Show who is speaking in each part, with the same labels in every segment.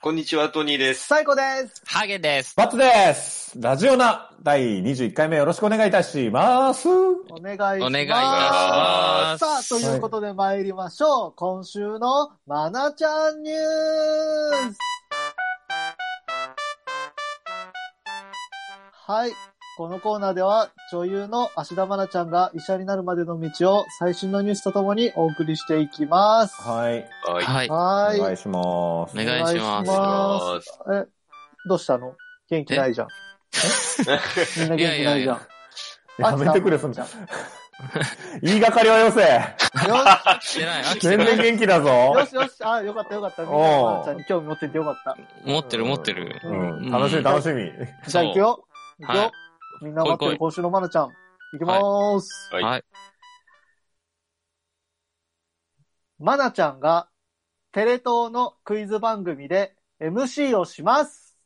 Speaker 1: こんにちは、トニーです。
Speaker 2: 最高です。
Speaker 3: ハーゲンです。
Speaker 4: バッツですラジオナ第21回目よろしくお願いいたします
Speaker 2: お願いします。
Speaker 3: お願いいたし
Speaker 1: ま
Speaker 3: ます。
Speaker 2: さあ、ということで参りましょう。今週のまなちゃんニュースはい。このコーナーでは女優の芦田愛菜ちゃんが医者になるまでの道を最新のニュースとともにお送りしていきます。
Speaker 4: はい。
Speaker 1: はい。
Speaker 3: はい。お
Speaker 2: は
Speaker 4: お願
Speaker 2: い。
Speaker 4: いします。
Speaker 3: 願いし
Speaker 2: お願い
Speaker 3: ま
Speaker 2: し
Speaker 3: す。
Speaker 2: まえ、どうしたの元気ないじゃん。みんな元気ないじゃん。
Speaker 3: いやいやいや
Speaker 4: やめてくれ、そんな。言いがかりはよ せ。
Speaker 3: してない。飽きて
Speaker 4: 全
Speaker 3: ない。
Speaker 4: 然元気だぞ。
Speaker 2: よしよしよし、あ、よかったよかった。みんな
Speaker 4: おう
Speaker 2: まーちゃんに興味持っててよかった。
Speaker 3: 持ってる持ってる。
Speaker 4: うん、楽しみ、楽しみ。
Speaker 2: じゃあ行くよ。行くよ。
Speaker 3: はい
Speaker 2: みんな待って
Speaker 3: 来い来
Speaker 2: る
Speaker 3: い
Speaker 2: 今週のまなちゃん。行きまーす。
Speaker 1: はい
Speaker 3: はい。
Speaker 2: まなちゃんがテレ東のクイズ番組で MC をします。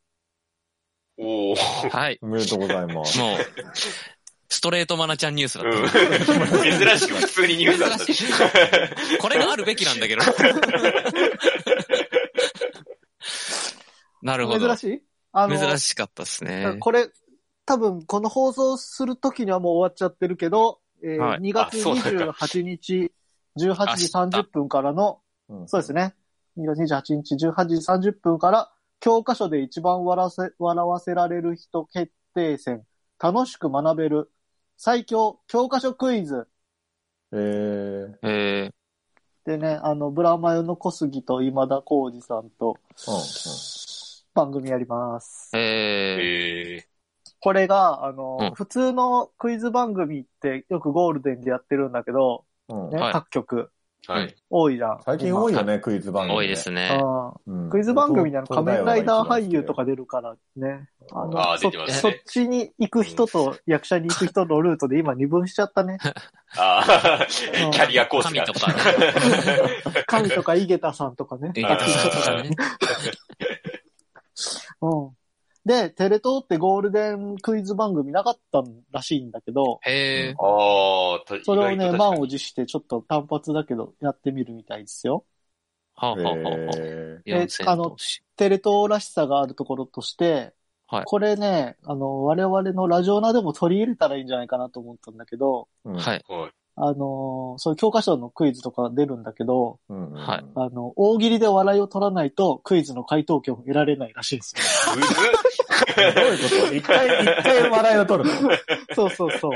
Speaker 1: おお。
Speaker 3: はい。
Speaker 4: おめでとうございます。
Speaker 3: もう、ストレートマナちゃんニュースだ
Speaker 1: う
Speaker 3: っ
Speaker 1: ん、珍しく普通にニュースだった。
Speaker 3: 珍しくた。これがあるべきなんだけど。なるほど
Speaker 2: 珍。しいあ
Speaker 3: 珍しかったですね。
Speaker 2: これ、多分この放送する時にはもう終わっちゃってるけど、えー
Speaker 3: はい
Speaker 2: 2月
Speaker 1: あそうなん
Speaker 2: 28日18時
Speaker 3: 明
Speaker 2: 30
Speaker 3: 日
Speaker 2: 分からの
Speaker 4: うん
Speaker 2: そうですね。2月28日18時30分から、教科書で一番笑わせ笑わせられる人決定戦、楽しく学べる、最強教科書クイズ。
Speaker 4: えー、
Speaker 3: え
Speaker 2: でね、あの、ブラマヨの小杉と今田耕司さんと番組やります。
Speaker 3: ー、え
Speaker 1: え
Speaker 2: これが、あの、
Speaker 3: うん
Speaker 2: 普通のクイズ番組ってよくゴールデンでやってるんだけど、
Speaker 4: うん、うん
Speaker 2: ね、
Speaker 3: はい
Speaker 2: 各局
Speaker 1: ー、はい。
Speaker 2: 多いじゃん。
Speaker 4: 最近多いよね、クイズ番
Speaker 3: ー、
Speaker 4: 組。
Speaker 3: 多いです
Speaker 2: 今
Speaker 3: ね。
Speaker 2: うん
Speaker 4: うん。
Speaker 2: クイズ番組なの
Speaker 4: 東
Speaker 2: 仮面
Speaker 4: 大王が
Speaker 2: ラ
Speaker 4: 一
Speaker 2: イダ
Speaker 4: 番
Speaker 2: ー俳優とか
Speaker 4: 好
Speaker 2: 出るからね。あ
Speaker 1: あー
Speaker 2: そ
Speaker 1: 出てますね
Speaker 2: そっちに行く人と役者に行く人のルートで今二分しちゃったね。
Speaker 1: ああ、
Speaker 2: うん
Speaker 1: キャリアコースが。
Speaker 3: 神とかね
Speaker 2: 神とか井桁さんとかね。
Speaker 3: えー
Speaker 2: うん。で、テレ東ってゴールデンクイズ番組なかったらしいんだけど、
Speaker 3: え
Speaker 1: ああ、た
Speaker 2: それをね、
Speaker 1: 意外と確かに
Speaker 2: 満を持してちょっと単発だけどやってみるみたいですよ。
Speaker 3: はあ
Speaker 4: き
Speaker 3: は
Speaker 4: だ
Speaker 3: あ
Speaker 4: よ
Speaker 3: はあはあ。
Speaker 4: え
Speaker 3: 四千頭身
Speaker 2: テレ東らしさがあるところとして、
Speaker 3: はい
Speaker 2: これね、あの、我々のラジオナでも取り入れたらいいんじゃないかなと思ったんだけど、
Speaker 4: ーうん
Speaker 3: はい。
Speaker 1: はい。
Speaker 2: あのーそういう教科書のクイズとか出るんだけど、
Speaker 4: うんうん
Speaker 3: はい
Speaker 2: あの、大喜利で笑いを取らないとクイズの回答権を得られないらしいですよ。
Speaker 1: むずっ
Speaker 4: どういうこと一回、一回笑いを取るの
Speaker 2: そうそうそう。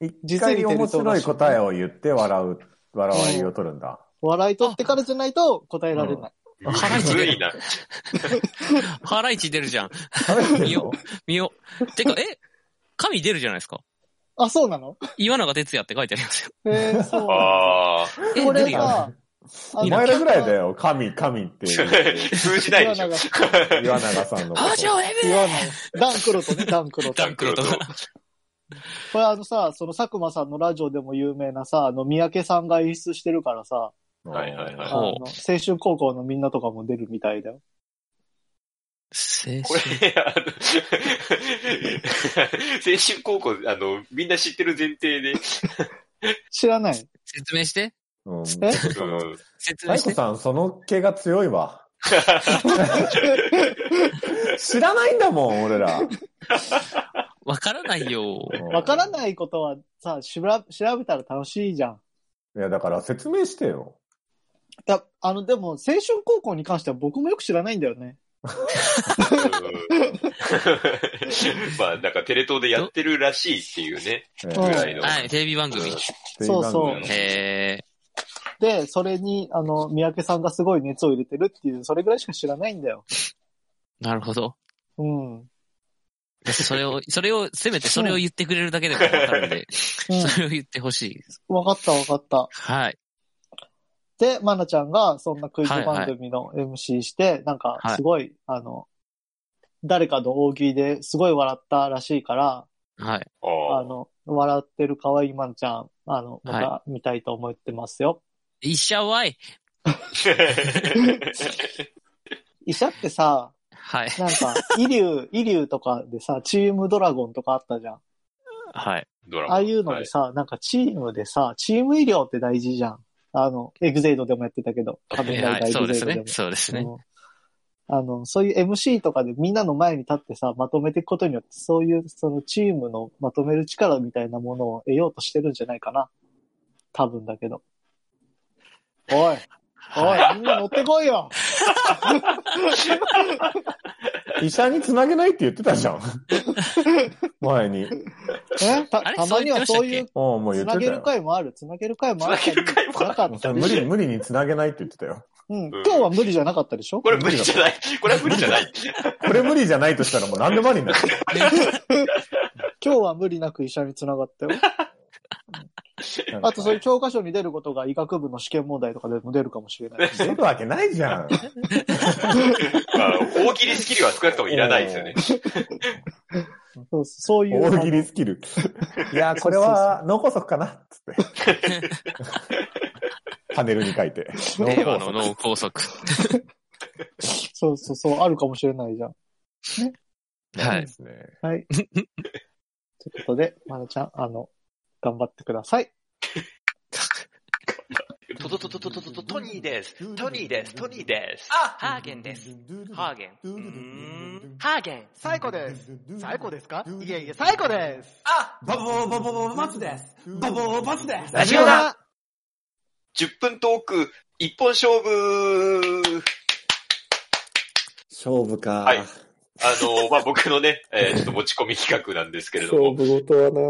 Speaker 4: 一回面白い答えを言って笑う、笑いを取るんだ。
Speaker 2: 笑い取ってからじゃないと答えられない。
Speaker 3: 腹
Speaker 1: む
Speaker 3: 一
Speaker 1: ず
Speaker 3: で
Speaker 1: いな。
Speaker 3: ハライチ出るじゃん。
Speaker 4: 食べて
Speaker 3: 見
Speaker 4: るの
Speaker 3: よう。見よう。てか、え神出るじゃないですか。
Speaker 2: あ、そうなの
Speaker 3: 岩永哲也って書いてありますよ。
Speaker 2: えー、そう。
Speaker 1: ああ、
Speaker 3: え
Speaker 2: これ
Speaker 3: 出るよ
Speaker 2: さ、
Speaker 4: お前らぐらいだ
Speaker 2: よ。
Speaker 4: よ。神、神って。
Speaker 1: 通じないでしょ。
Speaker 4: 岩永さんのこと。
Speaker 3: 北条エ
Speaker 2: 言わない。ダンクロとね、ダンクロと
Speaker 3: ダ。ンクロとか。
Speaker 2: これあのさ、その佐久間さんのラジオでも有名なさ、あの、三宅さんが演出してるからさ、
Speaker 1: はいはいは
Speaker 2: あ
Speaker 1: い
Speaker 2: の、青春高校のみんなとかも出るみたいだよ。
Speaker 3: 青
Speaker 1: これ、あの、 青春高校、あの、みんな知ってる前提で。
Speaker 2: 知らない。
Speaker 3: 説明して。
Speaker 4: うん。
Speaker 2: え
Speaker 1: う
Speaker 4: その、
Speaker 1: ん
Speaker 3: 説明
Speaker 4: 大
Speaker 3: し
Speaker 4: 子
Speaker 3: て。
Speaker 4: さん、その系が強 いわ。知らないんだもん、俺ら。
Speaker 3: わからないよ。
Speaker 2: わから
Speaker 4: い。
Speaker 2: ないことはさ、しら調べたら楽しいじゃん。
Speaker 4: いや、だから説明してよ。
Speaker 2: いや、あの、でも、青春高校に関しては僕もよく知らないんだよね。
Speaker 1: まあ、なんかテレ東でやってるらしいっていうね、
Speaker 4: え
Speaker 2: うん
Speaker 1: ぐ
Speaker 4: ー
Speaker 1: らいの。
Speaker 3: はい、テレビ番
Speaker 2: そ
Speaker 3: 組。
Speaker 2: うそう
Speaker 4: テレビ番組の
Speaker 3: え
Speaker 2: で、それに、あの、三宅さんがすごい熱を入れてるっていう、それぐらいしか知らないんだよ。
Speaker 3: ー、なるほど。
Speaker 2: うん。 うん。
Speaker 3: それを、それを、せめてそれを言ってくれるだけでもわかるんで、それを言ってほしいです。
Speaker 2: わかったわかった。
Speaker 3: はい。
Speaker 2: で、まなちゃんが、そんなクイズ番組の MC して、なんか、すごい、あの、誰かの大喜利ですごい笑ったらしいから、
Speaker 3: はい。
Speaker 1: あ
Speaker 2: あ
Speaker 1: あ
Speaker 2: の、笑ってる可愛いまなちゃん、あの、また見たいと思ってますよ。
Speaker 3: 医者はい
Speaker 2: 医者ってさ、
Speaker 3: はい。
Speaker 2: なんか、イリュウ、イリュウとかでさ、 チームドラゴンとかあったじゃん。
Speaker 3: はい。
Speaker 1: ドラマ。
Speaker 2: ああいうのでさ、なんかチームでさ、チーム医療って大事じゃん。あの、エグゼイドでもやってたけど、仮面ライダ
Speaker 3: は
Speaker 2: ー
Speaker 3: い、
Speaker 2: エ
Speaker 3: そう
Speaker 2: グ
Speaker 3: で
Speaker 2: ゼイ
Speaker 3: す
Speaker 2: ドで
Speaker 3: ね
Speaker 2: も。。
Speaker 3: そうですね。
Speaker 2: うんあの、そういう MC とかでみんなの前に立ってさ、まとめていくことによって、そういう、そのチームのまとめる力みたいなものを得ようとしてるんじゃないかな。多分だけど。おい、おい、みんな乗ってこい よ
Speaker 4: 医者につなげないって言ってたじゃ ん。前に。
Speaker 2: えた
Speaker 3: あれ
Speaker 2: たまにはそういう、
Speaker 4: おうもう言
Speaker 2: つ
Speaker 4: っ
Speaker 2: な
Speaker 4: てた
Speaker 2: げる
Speaker 4: よ。
Speaker 2: 回もある。つなげる回もある。
Speaker 1: つなげる回もある
Speaker 2: なか
Speaker 4: もう
Speaker 2: っ
Speaker 4: そ
Speaker 2: た
Speaker 4: れ
Speaker 2: で
Speaker 4: 無
Speaker 2: し
Speaker 4: 理、無理につなげないって言ってたよ。
Speaker 2: ょ。うん。今日は無理じゃなかったでしょ
Speaker 1: これ無理じゃない。これは無理じゃない。
Speaker 4: これ無理じゃないとしたらもう何でもありになる。
Speaker 2: 今日は無理なく医者につながったよ。あとそういう教科書に出ることが医学部の試験問題とかでも出るかもしれない。
Speaker 4: 出るわけないじゃ
Speaker 1: ま
Speaker 4: ん。
Speaker 1: あ、大喜利スキルは少なくともいらないですよね。
Speaker 2: そうそういう。
Speaker 4: 大喜利スキル。いや、これは脳梗塞かなっつ って。パネルに書いて。脳
Speaker 3: 令和
Speaker 4: 梗
Speaker 3: の
Speaker 4: 塞。
Speaker 3: 脳梗塞。
Speaker 2: そうそうそう、あるかもしれないじゃん。
Speaker 3: はい。
Speaker 4: ですね。
Speaker 2: はい。ということで、まなちゃん、あの、頑張ってください。
Speaker 1: トトトトトトトトトニーです。トニーです。トニーです。
Speaker 5: あ、ハーゲンです。。ハーゲン。うーん。ハーゲン。
Speaker 6: 最高です。最高ですかいえいえ、最高です。
Speaker 5: あ、
Speaker 6: バボーバボーバツです。バボーバツです。
Speaker 1: ラジオだ !10 分トーク、一本勝負
Speaker 7: 勝負か。
Speaker 1: はいあの、 まあ、僕のね、えーちょっと持ち込み企画なんですけれ
Speaker 7: 勝
Speaker 1: ども、
Speaker 7: 負事はな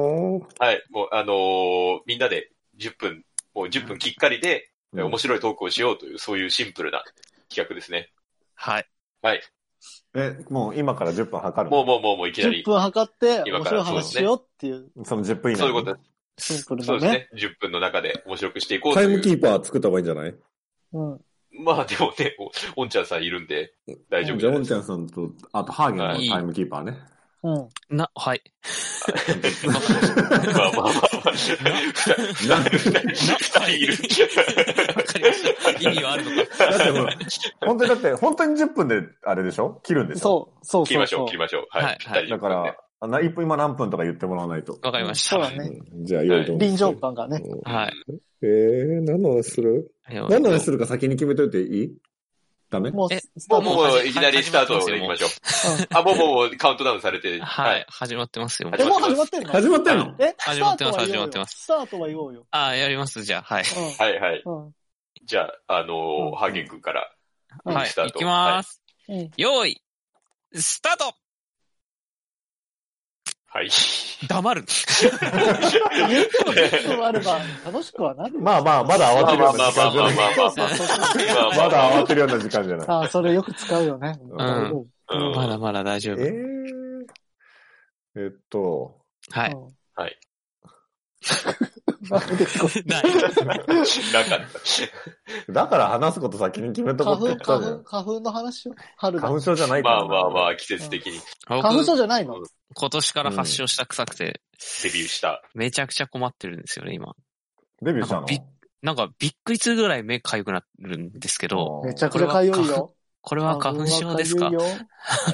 Speaker 1: はい、もう、あのーみんなで10分、もう10分きっかりで、えー面白いトークをしようという、そういうシンプルな企画ですね。
Speaker 3: はい。
Speaker 1: はい。
Speaker 4: え、もう今から10分測る
Speaker 1: もうもうもうもういきなり
Speaker 2: 10。分測って、
Speaker 1: 今
Speaker 2: 面
Speaker 1: か
Speaker 2: 白
Speaker 1: ら
Speaker 2: い話しようっていう、
Speaker 4: う。その10分以内。
Speaker 1: そういうこと、
Speaker 2: シンプル
Speaker 1: そう
Speaker 2: な
Speaker 1: です
Speaker 2: ね。
Speaker 1: ね。10分の中で面白くしていこうと
Speaker 7: タイ
Speaker 1: い
Speaker 7: ム
Speaker 1: う。
Speaker 7: キーパー作った方がいいんじゃない
Speaker 2: うん。
Speaker 1: まあでもね、おおんちゃんさんいるんで、大丈夫
Speaker 4: じゃあ、
Speaker 1: で
Speaker 4: おんちゃんさんと、あと、ハーゲン
Speaker 1: はい
Speaker 4: のタイムキーパーね。
Speaker 2: うん。
Speaker 3: な、はい。
Speaker 1: す。まあまあまあまあ。二人、二人二人いる。
Speaker 3: わかりました。意味はあるのか。
Speaker 4: だってほら、本当にだって、本当に10分で、あれでしょ切るんでしょ
Speaker 2: そう、そうそうそう。
Speaker 1: 切りましょう、切りましょう。は
Speaker 3: はいい。
Speaker 1: ぴったり
Speaker 4: だから、あな一分今何分とか言ってもらわないと。
Speaker 3: わかりまし
Speaker 2: そう
Speaker 3: た。
Speaker 2: だね。
Speaker 7: じゃあ、用意どん
Speaker 2: 臨場感がね。
Speaker 3: はい。
Speaker 7: えー、何の話する何の話するか先に決めといていいダメ
Speaker 2: もう、
Speaker 3: え
Speaker 2: スタ
Speaker 1: もう、
Speaker 2: ート
Speaker 1: もう、いきなりスタートでいきましょう。あ、もう、もう、もうカウントダウンされて。
Speaker 3: はい。。始まってますよ。
Speaker 2: え、もう始まってるの
Speaker 7: 始まってんの
Speaker 2: え、
Speaker 3: 始まってます
Speaker 2: スタートは言おうよ
Speaker 3: 始まってます。
Speaker 2: スタートは言おうよ。
Speaker 3: ああ、やりますじゃあ、はい。
Speaker 1: はい、はい。
Speaker 2: うん。うん。
Speaker 1: じゃあ、あのー
Speaker 2: うん
Speaker 1: ハーゲン君から。
Speaker 2: うん
Speaker 3: はい。
Speaker 1: スター
Speaker 3: い
Speaker 1: ト
Speaker 3: きます。
Speaker 2: うん。
Speaker 3: 用意、スタート
Speaker 1: はい。
Speaker 3: 黙る。
Speaker 2: 言っても10分あれば楽しくはなる。
Speaker 4: まあまあ、まだ慌てるような時間じゃない。
Speaker 1: まあまあまあ
Speaker 2: そうそうそ
Speaker 1: ま
Speaker 2: う
Speaker 1: あま
Speaker 4: ま
Speaker 1: あ
Speaker 4: だ慌てるような時間じゃない。
Speaker 2: ああ、それよく使うよね。
Speaker 4: うん
Speaker 2: 大丈夫
Speaker 1: うん
Speaker 3: まだまだ大丈
Speaker 4: え
Speaker 3: 夫。
Speaker 4: ーえっと、
Speaker 3: は
Speaker 2: う
Speaker 3: い。
Speaker 2: ん
Speaker 1: はい。
Speaker 3: ない。
Speaker 1: なかった。
Speaker 4: だから話すこと先に決めとこ
Speaker 2: 花
Speaker 4: うって言
Speaker 2: 粉、花粉、
Speaker 4: ったじゃん。
Speaker 2: 花粉の話を春だ
Speaker 4: 花。粉症じゃないか
Speaker 1: ま
Speaker 4: ら
Speaker 1: あまあまあ、季節的に
Speaker 2: 花粉
Speaker 3: 僕
Speaker 2: 症、じゃないの
Speaker 3: 今年から発症した臭くて、
Speaker 1: デビューした。
Speaker 3: めちゃくちゃ困ってるんですよね、今。
Speaker 4: デビューしたの
Speaker 3: びなんか、びっくりするぐらい目かゆくなるんですけど、
Speaker 2: めちゃくちゃかゆいよ。
Speaker 3: これは花粉症ですか
Speaker 2: 花粉は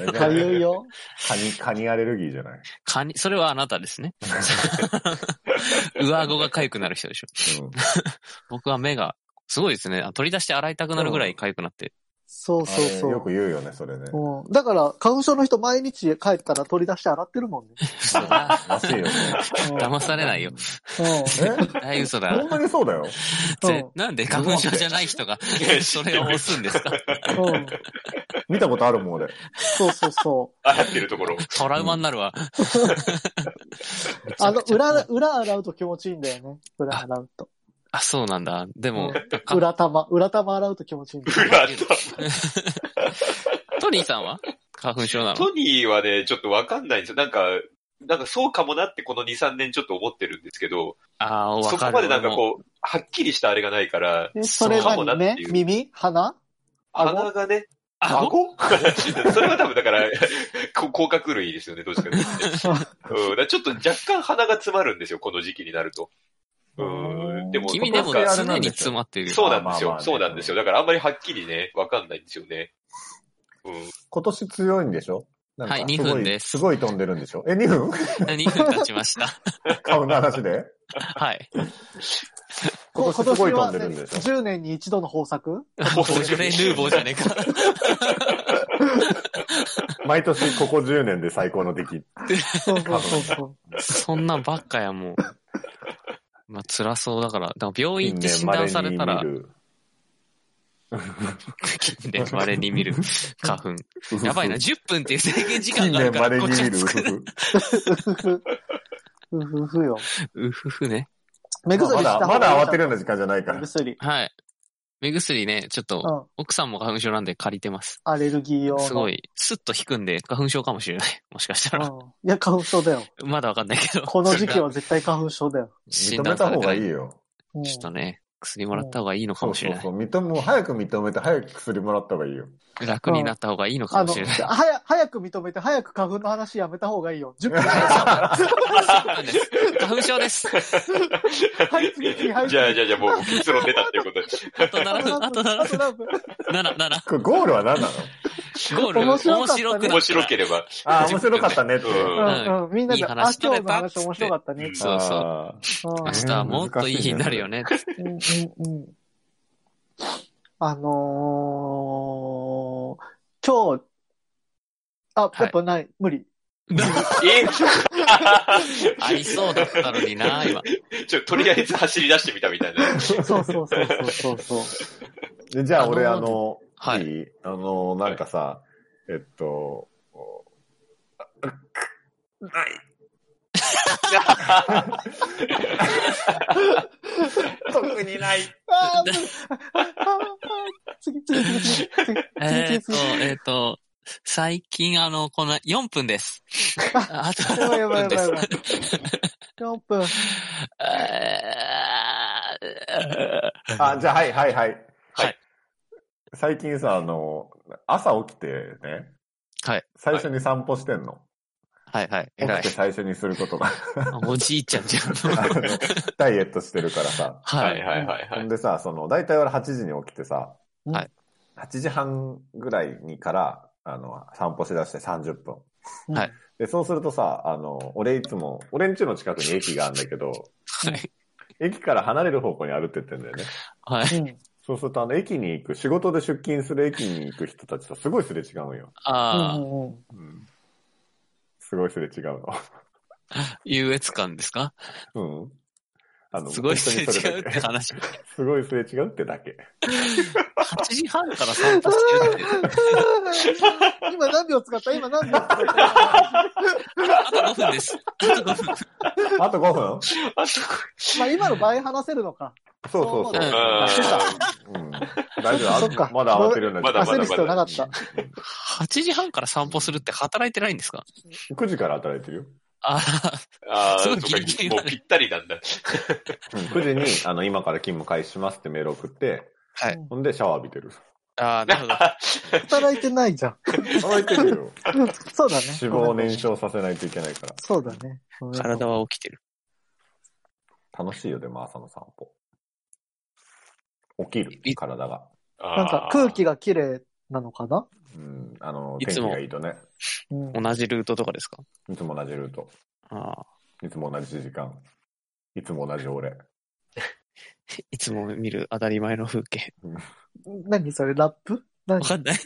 Speaker 4: ゃ
Speaker 2: かゆいよ。かゆい。よ。
Speaker 4: カニ、カニアレルギーじゃない。
Speaker 3: カニ、それはあなたで すね。上顎が痒くなる人でしょ。
Speaker 4: うん
Speaker 3: 僕は目が、すごいですね。あ取り出して洗いたくなるぐらい痒くなって。
Speaker 2: そうそう
Speaker 4: あ
Speaker 2: そ
Speaker 4: れよ
Speaker 2: う
Speaker 4: く。言うよね、それね。
Speaker 2: うんだから、花粉症の人毎日帰ったら取り出して洗ってる もんね。
Speaker 3: 嘘だ。
Speaker 4: らしいよね。
Speaker 2: うん
Speaker 3: 騙されないよ。
Speaker 2: うん
Speaker 4: え
Speaker 3: 大嘘だ
Speaker 4: 本。当にそうだよ。
Speaker 3: ぜなんで花粉症じゃない人がそれを押すんですか
Speaker 2: うん
Speaker 4: 見たことあるもん、俺。
Speaker 2: そうそうそ
Speaker 1: あ、やってるところ。
Speaker 3: トラウマになるわ。
Speaker 2: う。あの、裏、裏洗うと気持ちいいんだよね。裏洗うと。
Speaker 3: あ、そうなんだ。でも、
Speaker 2: うん裏玉、裏玉洗うと気持ちいいんだ
Speaker 1: 裏
Speaker 2: よ。
Speaker 1: と。
Speaker 3: トニーさんは花粉症なの
Speaker 1: トニーはね、ちょっとわかんないんですよ。なんか、なんかそうかもなってこの2、3年ちょっと思ってるんですけど、
Speaker 3: ああー、わか
Speaker 1: そこ
Speaker 3: る。
Speaker 1: までなんかこう、はっきりしたあれがないから、
Speaker 2: えそれ
Speaker 1: そうかもな
Speaker 2: 何
Speaker 1: って
Speaker 2: ね
Speaker 1: いう
Speaker 2: 耳鼻顎
Speaker 1: 鼻がね、
Speaker 3: あご
Speaker 1: それは多分だから、こ甲殻類ですよね、どっちかというとね。うん、だからちょっと若干鼻が詰まるんですよ、この時期になると。うん、でも、
Speaker 3: 君でも
Speaker 1: なんか
Speaker 3: 常に詰まってるよ。
Speaker 1: そうなんですよ、
Speaker 4: まあまあまあね
Speaker 1: そうなんですよ。だからあんまりはっきりね、わかんないんですよね。うん。
Speaker 4: 今年強いんでしょなんか
Speaker 3: はい
Speaker 4: ご
Speaker 3: 二分です
Speaker 4: すごい飛んでるんでしょえ、2分
Speaker 3: 2分経ちました。
Speaker 4: 顔の話で
Speaker 3: はい。
Speaker 4: 今
Speaker 2: こ
Speaker 4: 年すごい飛んでるんでしょ
Speaker 2: 今年はね10年に一度の豊作
Speaker 3: ボジョレ・ヌーボーじゃねえか。
Speaker 4: 毎年ここ10年で最高の出来。
Speaker 2: そうそうそうそう。
Speaker 3: そんなんばっかや、もう。まあ、辛そうだから。だから病院
Speaker 4: 近
Speaker 3: って
Speaker 4: 年
Speaker 3: 診
Speaker 4: 稀
Speaker 3: 断
Speaker 4: に
Speaker 3: されたら
Speaker 4: 見、る
Speaker 3: 近年稀に見る花 粉。やばいな、10分っていう制限時間
Speaker 4: 近
Speaker 3: がある
Speaker 4: 年
Speaker 3: か
Speaker 4: ま
Speaker 3: ら、
Speaker 4: で
Speaker 3: こっ
Speaker 4: に見
Speaker 3: ちは
Speaker 4: る。
Speaker 3: 作る。
Speaker 2: ふふふよ。
Speaker 3: うふふね。
Speaker 2: 目
Speaker 4: ま
Speaker 2: 薬した
Speaker 4: だ、
Speaker 2: 方が
Speaker 4: ま
Speaker 2: いいか
Speaker 4: だ慌てるような時間じゃないか
Speaker 2: 目
Speaker 4: ら。
Speaker 2: 薬。
Speaker 3: はい。目薬ね、ちょっ
Speaker 2: う
Speaker 3: と、
Speaker 2: ん。
Speaker 3: 奥さんも花粉症なんで借りてます。
Speaker 2: アレルギー用の。
Speaker 3: すごい、スッと引くんで、花粉症かもしれない。もしかした
Speaker 2: うん。
Speaker 3: ら。
Speaker 2: いや、花粉症だよ。
Speaker 3: まだわかんないけど。
Speaker 2: この時期は絶対花粉症だよ。
Speaker 3: それ
Speaker 4: 認
Speaker 3: が診断
Speaker 4: め
Speaker 3: さ
Speaker 4: た
Speaker 3: れ
Speaker 4: 方
Speaker 3: てな
Speaker 4: が
Speaker 3: い
Speaker 4: いいよ。
Speaker 2: うん
Speaker 3: ちょっとね、薬もらった方がいいのか
Speaker 4: そ
Speaker 3: も
Speaker 4: う
Speaker 3: し
Speaker 4: そ
Speaker 3: れ
Speaker 4: う
Speaker 3: ない
Speaker 4: そ。う。認め、もう早く認めて、早く薬もらった方がいいよ。
Speaker 3: 楽になった方がいいのか
Speaker 2: あ
Speaker 3: も
Speaker 2: の、
Speaker 3: しれない。
Speaker 2: 早、早く認めて、早く花粉の話やめた方がいいよ。10分。
Speaker 3: そうなんです 花粉症です。
Speaker 2: はい、次、次、はい。
Speaker 1: じゃあ、じゃあ、じゃあ、もう、結論出たっていうことで。
Speaker 3: あと7分、あと7
Speaker 2: あと
Speaker 3: 分。
Speaker 2: 何分
Speaker 3: 7、7。
Speaker 4: これゴールは何なの
Speaker 3: ゴール、
Speaker 2: 面
Speaker 3: 面
Speaker 2: 白
Speaker 3: 白
Speaker 2: かったね
Speaker 3: くな
Speaker 1: 面
Speaker 3: っ
Speaker 1: 白け
Speaker 3: た。
Speaker 1: れば。
Speaker 4: ああ、 面白かったねって。
Speaker 1: うん
Speaker 2: うんうん。みんなで、
Speaker 3: いい
Speaker 2: あ、
Speaker 3: 話
Speaker 2: 今日
Speaker 3: 取れ
Speaker 2: の
Speaker 3: たっつって
Speaker 2: 話面白かったね。
Speaker 1: うん
Speaker 3: そうそう
Speaker 4: あ
Speaker 2: うん
Speaker 3: 明日はもっといい日になるよね。
Speaker 2: うんうんうんあのー、今日、あ、
Speaker 3: い
Speaker 2: やっぱない、無理。
Speaker 1: え
Speaker 3: ありそうだったのにな、今。
Speaker 1: ちょ、とりあえず走り出してみたみたいな。
Speaker 2: そうそうそうそうそう。
Speaker 4: ーでじゃあ俺、
Speaker 3: あ
Speaker 4: あ
Speaker 3: の
Speaker 4: の、
Speaker 3: はい
Speaker 4: いいあの、なんかさ、えっと、お
Speaker 2: あー無理あーあー次、次、次、次、次。
Speaker 3: えっと、えっと、最近あの、この4分 です。あと
Speaker 2: やばいやばいや
Speaker 3: 4分で
Speaker 2: ばいや
Speaker 3: す
Speaker 2: ば。い。4分。
Speaker 3: あー
Speaker 4: あ、じゃあはいはいはい。
Speaker 3: はい。
Speaker 4: 最近さ、あの、朝起きてね。
Speaker 3: はい。
Speaker 4: 最初に散歩してんの。
Speaker 3: はいはい。
Speaker 4: 起
Speaker 3: 偉
Speaker 4: き
Speaker 3: い
Speaker 4: て。最初にすることが。
Speaker 3: おじいちゃんじ ゃん。
Speaker 4: あのダイエットしてるからさ。
Speaker 1: は
Speaker 3: はいい。
Speaker 1: はいはいは
Speaker 4: ほん
Speaker 1: い。
Speaker 4: でさ、その、大体俺8時に起きてさ、
Speaker 3: はい
Speaker 4: 8時半ぐらいにから、あの、散歩しだして30分。
Speaker 3: はい
Speaker 4: で、そうするとさ、あの、俺いつも、俺ん家の近くに駅があるんだけど、
Speaker 3: はい。
Speaker 4: 駅から離れる方向に歩いてってんだよね。
Speaker 3: はい。
Speaker 2: うん。
Speaker 4: そうすると、あの、駅に行く、仕事で出勤する駅に行く人たちとすごいすれ違うよ。
Speaker 3: あ
Speaker 2: う
Speaker 3: あ、
Speaker 2: んうんうん
Speaker 4: すごいすれ違うの。
Speaker 3: 優越感ですか
Speaker 4: うん。あの
Speaker 3: すごいすれ
Speaker 4: 本当にそ
Speaker 3: 違う
Speaker 4: だ
Speaker 3: っ
Speaker 4: け
Speaker 3: て話。
Speaker 4: すごいすれ違うってだけ。
Speaker 3: 8時半から散歩してるって。
Speaker 2: 今何秒使った今何秒使っ
Speaker 3: あと5分です。あと5分。
Speaker 4: あと5分
Speaker 1: あそこ。
Speaker 2: たまあ今の倍話せるのか。
Speaker 4: そうそうそう。
Speaker 1: あ
Speaker 4: うん大丈夫
Speaker 2: そっか
Speaker 4: あまだ慌てるような
Speaker 1: まだまだ
Speaker 2: 焦る
Speaker 1: ま
Speaker 2: 必要な
Speaker 1: だ。
Speaker 2: かった。
Speaker 3: 8時半から散歩するって働いてないんですか
Speaker 4: 9時から働いてるよ。
Speaker 3: あ
Speaker 1: ああ、
Speaker 3: す
Speaker 1: そ
Speaker 3: ご
Speaker 1: う
Speaker 3: い
Speaker 1: か
Speaker 3: ギリギリ、
Speaker 1: もうぴったりなんだ。
Speaker 4: 9時に、あの、今から勤務開始しますってメール送って、
Speaker 3: はい
Speaker 4: ほんで、シャワー浴びてる。
Speaker 3: あ、ああ、なるほど。
Speaker 2: 働いてないじゃん。
Speaker 4: 働いてるよ。
Speaker 2: そうだね。
Speaker 4: 脂肪を燃焼させないといけないから。
Speaker 2: そうだね。
Speaker 3: 体は起きてる。
Speaker 4: 楽しいよ、でも朝の散歩。起きる、体が。
Speaker 1: な
Speaker 2: なんか空気が綺麗なのかな
Speaker 4: うん、あの、
Speaker 3: い
Speaker 4: 天
Speaker 3: つ
Speaker 4: 気
Speaker 3: も
Speaker 4: がいいとね。
Speaker 2: うん。
Speaker 3: 同じルートとかですか
Speaker 4: いつも同じルート。
Speaker 3: ああ。
Speaker 4: いつも同じ時間。いつも同じ俺。
Speaker 3: いつも見る当たり前の風景。
Speaker 2: 何それラップ何
Speaker 3: わかんない。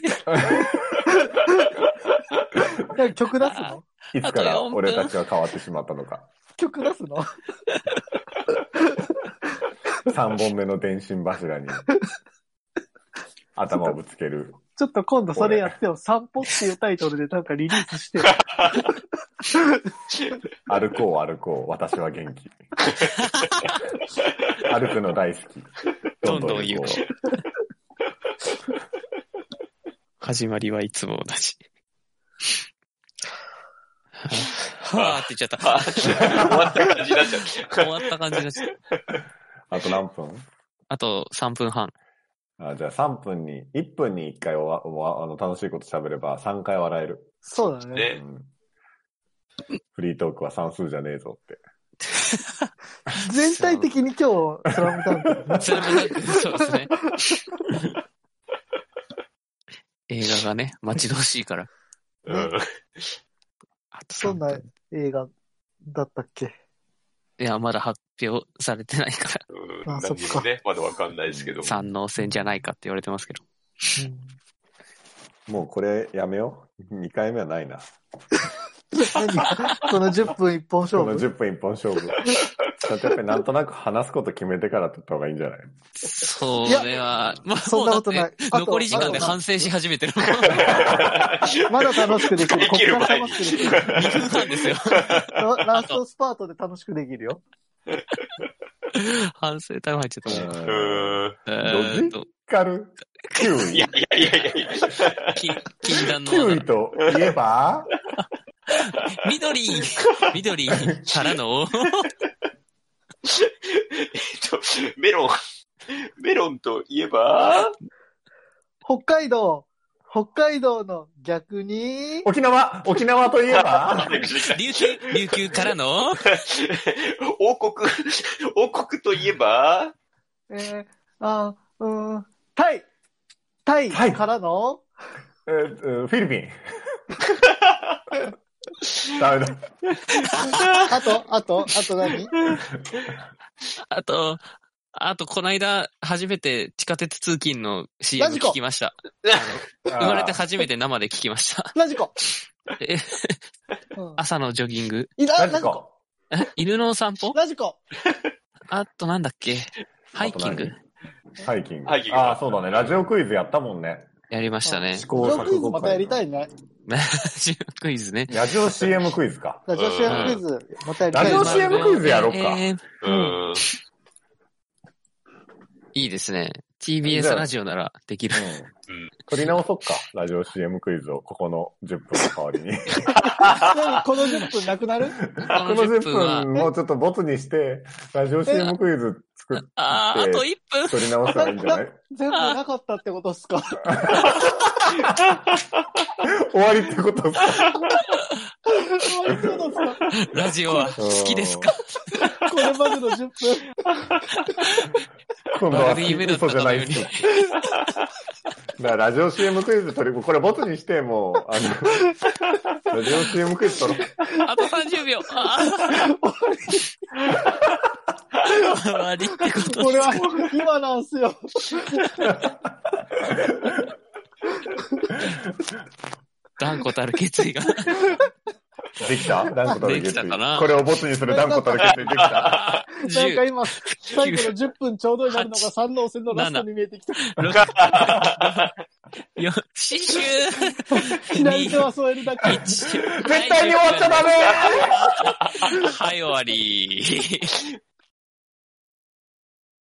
Speaker 2: 何曲出すの
Speaker 4: いつから俺たちは変わってしまったのか。
Speaker 2: 曲出すの
Speaker 4: 3本目の電信柱 に。頭をぶつける。
Speaker 2: ちょっと今度それやってよ。散歩っていうタイトルでなんかリリースし てよ。
Speaker 4: 歩こう歩こう、私は元 気。歩くの大好き。どんどん行こ
Speaker 3: どんどん行こ
Speaker 4: う。
Speaker 3: 始まりはいつも同じ。 はあって言っちゃった。
Speaker 1: あ終わった感じになっちゃった。
Speaker 3: 終わった感じだし。
Speaker 4: あと何分
Speaker 3: あと3分半。
Speaker 4: あじゃあ3分に、1分に1回おわおわあの楽しいこと喋れば3回笑える。
Speaker 2: そうだね。
Speaker 1: ね
Speaker 4: うんフリートークは算数じゃねえぞって。
Speaker 2: 全体的に今日、スラムダンクだね。
Speaker 3: それも なんかそうですね。映画がね、待ち遠しいから。
Speaker 1: うん
Speaker 3: あと
Speaker 2: そ
Speaker 3: 3
Speaker 2: んな
Speaker 3: 分。
Speaker 2: 映画だったっけ
Speaker 3: いや、まだ発表されてないから。
Speaker 1: うん
Speaker 2: あ
Speaker 1: 何
Speaker 2: そっか
Speaker 1: にもね、まだわかんないですけど。
Speaker 3: 三能戦じゃないかって言われてますけど。
Speaker 2: うん
Speaker 4: もうこれやめよう。2回目はないな。
Speaker 2: 何この10分一本勝
Speaker 4: この
Speaker 2: 負。
Speaker 4: 10分一本勝 負。ちょっとやっぱりなんとなく話すこと決めてから取った方がいいんじゃない
Speaker 3: それは、まあ、
Speaker 2: そんなことない
Speaker 3: もうだって
Speaker 2: あと
Speaker 3: 残り時間で反省し 始めてる。
Speaker 2: まだ楽しくできる。こっ
Speaker 1: 切る
Speaker 2: から
Speaker 1: 前に
Speaker 2: 楽。しく できる。
Speaker 3: 2分半ですよ。
Speaker 2: ララストスパートで楽しくできるよ。
Speaker 3: 反省タイム入っちゃったもん。
Speaker 1: うーん。
Speaker 3: え
Speaker 4: ん
Speaker 3: ーっと、
Speaker 4: カル9
Speaker 1: いや
Speaker 4: 位。
Speaker 1: いやいやいやいや。
Speaker 3: き禁断の技
Speaker 4: 9位といえば
Speaker 3: 緑緑から の、
Speaker 1: えっと、メロン。メロンといえば、
Speaker 2: 北海道、北海道の逆に、
Speaker 4: 沖縄沖縄といえば
Speaker 3: 琉球、琉球からの、
Speaker 1: 王国、王国といえば、
Speaker 2: えー、あーうーん、タイ、タイ
Speaker 4: タイ
Speaker 2: からの、
Speaker 4: えーフィリピン。ダメだ。
Speaker 2: あと、あと、あと 何
Speaker 3: あと、あと、この間、初めて地下鉄通勤の CM
Speaker 2: ラジコ
Speaker 3: 聞きました。
Speaker 4: 生
Speaker 3: 生まれて初めて生で聞きま した。
Speaker 2: ラジコ。
Speaker 3: え
Speaker 2: うん
Speaker 3: 朝のジョギング。
Speaker 2: いら
Speaker 4: ラ
Speaker 2: ラ
Speaker 4: ジ
Speaker 2: ジコ。
Speaker 4: コ。
Speaker 3: 犬の散 歩
Speaker 2: ラジコ。
Speaker 3: あと、なんだっけハイキング
Speaker 4: ハイキング。
Speaker 1: ハイキング
Speaker 4: ああ、そうだね。ラジオクイズやったもんね。
Speaker 3: やりましたね
Speaker 4: 試。
Speaker 2: ジ
Speaker 4: 行
Speaker 2: ョクイ
Speaker 4: 錯
Speaker 2: ズ
Speaker 4: 誤
Speaker 2: またやりたい
Speaker 4: い。
Speaker 2: ね。
Speaker 3: クイズね。
Speaker 4: ラジオ CM クイズか。
Speaker 2: ラジオ CM クイズ、またやりたい
Speaker 4: ラ
Speaker 2: ね。
Speaker 4: ジオ CM クイズやろうか
Speaker 3: えー
Speaker 1: うん。
Speaker 3: いいですね。TBS ラジオならできる。
Speaker 4: うん。取り直そっか。ラジオ CM クイズを、ここの10分の代わりに。
Speaker 2: 何この10分なくなる
Speaker 3: こ
Speaker 4: この10分、もうちょっとボツにして、ラジオ CM クイズ作っ
Speaker 3: あーあと
Speaker 4: て、
Speaker 3: 1分
Speaker 4: 取り直せばいいんじゃない
Speaker 2: 全部なかったってことっすか
Speaker 4: 終わりってことっすか
Speaker 2: そういうことっすか
Speaker 3: ラジオは好きですか
Speaker 2: これまでの10分。
Speaker 4: 今度は
Speaker 3: ラグビーメルト
Speaker 4: 嘘じゃないっ
Speaker 3: か
Speaker 4: す。だからラジオ CM クイズ取り、これボツにして、もう、あの、ラジオ CM クイズ取ろう。
Speaker 3: あと30秒。あー終わりってこと
Speaker 2: これは今なんすよ。
Speaker 3: 断固たる決意が。
Speaker 4: できた断固たる
Speaker 3: で
Speaker 4: 決
Speaker 3: きた
Speaker 4: 意。
Speaker 3: かな
Speaker 4: これをボツにする断固たる決意できた。
Speaker 2: なんか
Speaker 3: 10、
Speaker 2: 今、最後の10分ちょうどになるのが三能線のラストに見えてきた。
Speaker 3: 4、死守
Speaker 2: 左手は添える だけ。
Speaker 3: 絶
Speaker 4: 絶対に終わっちゃダメ
Speaker 3: はい、終わり。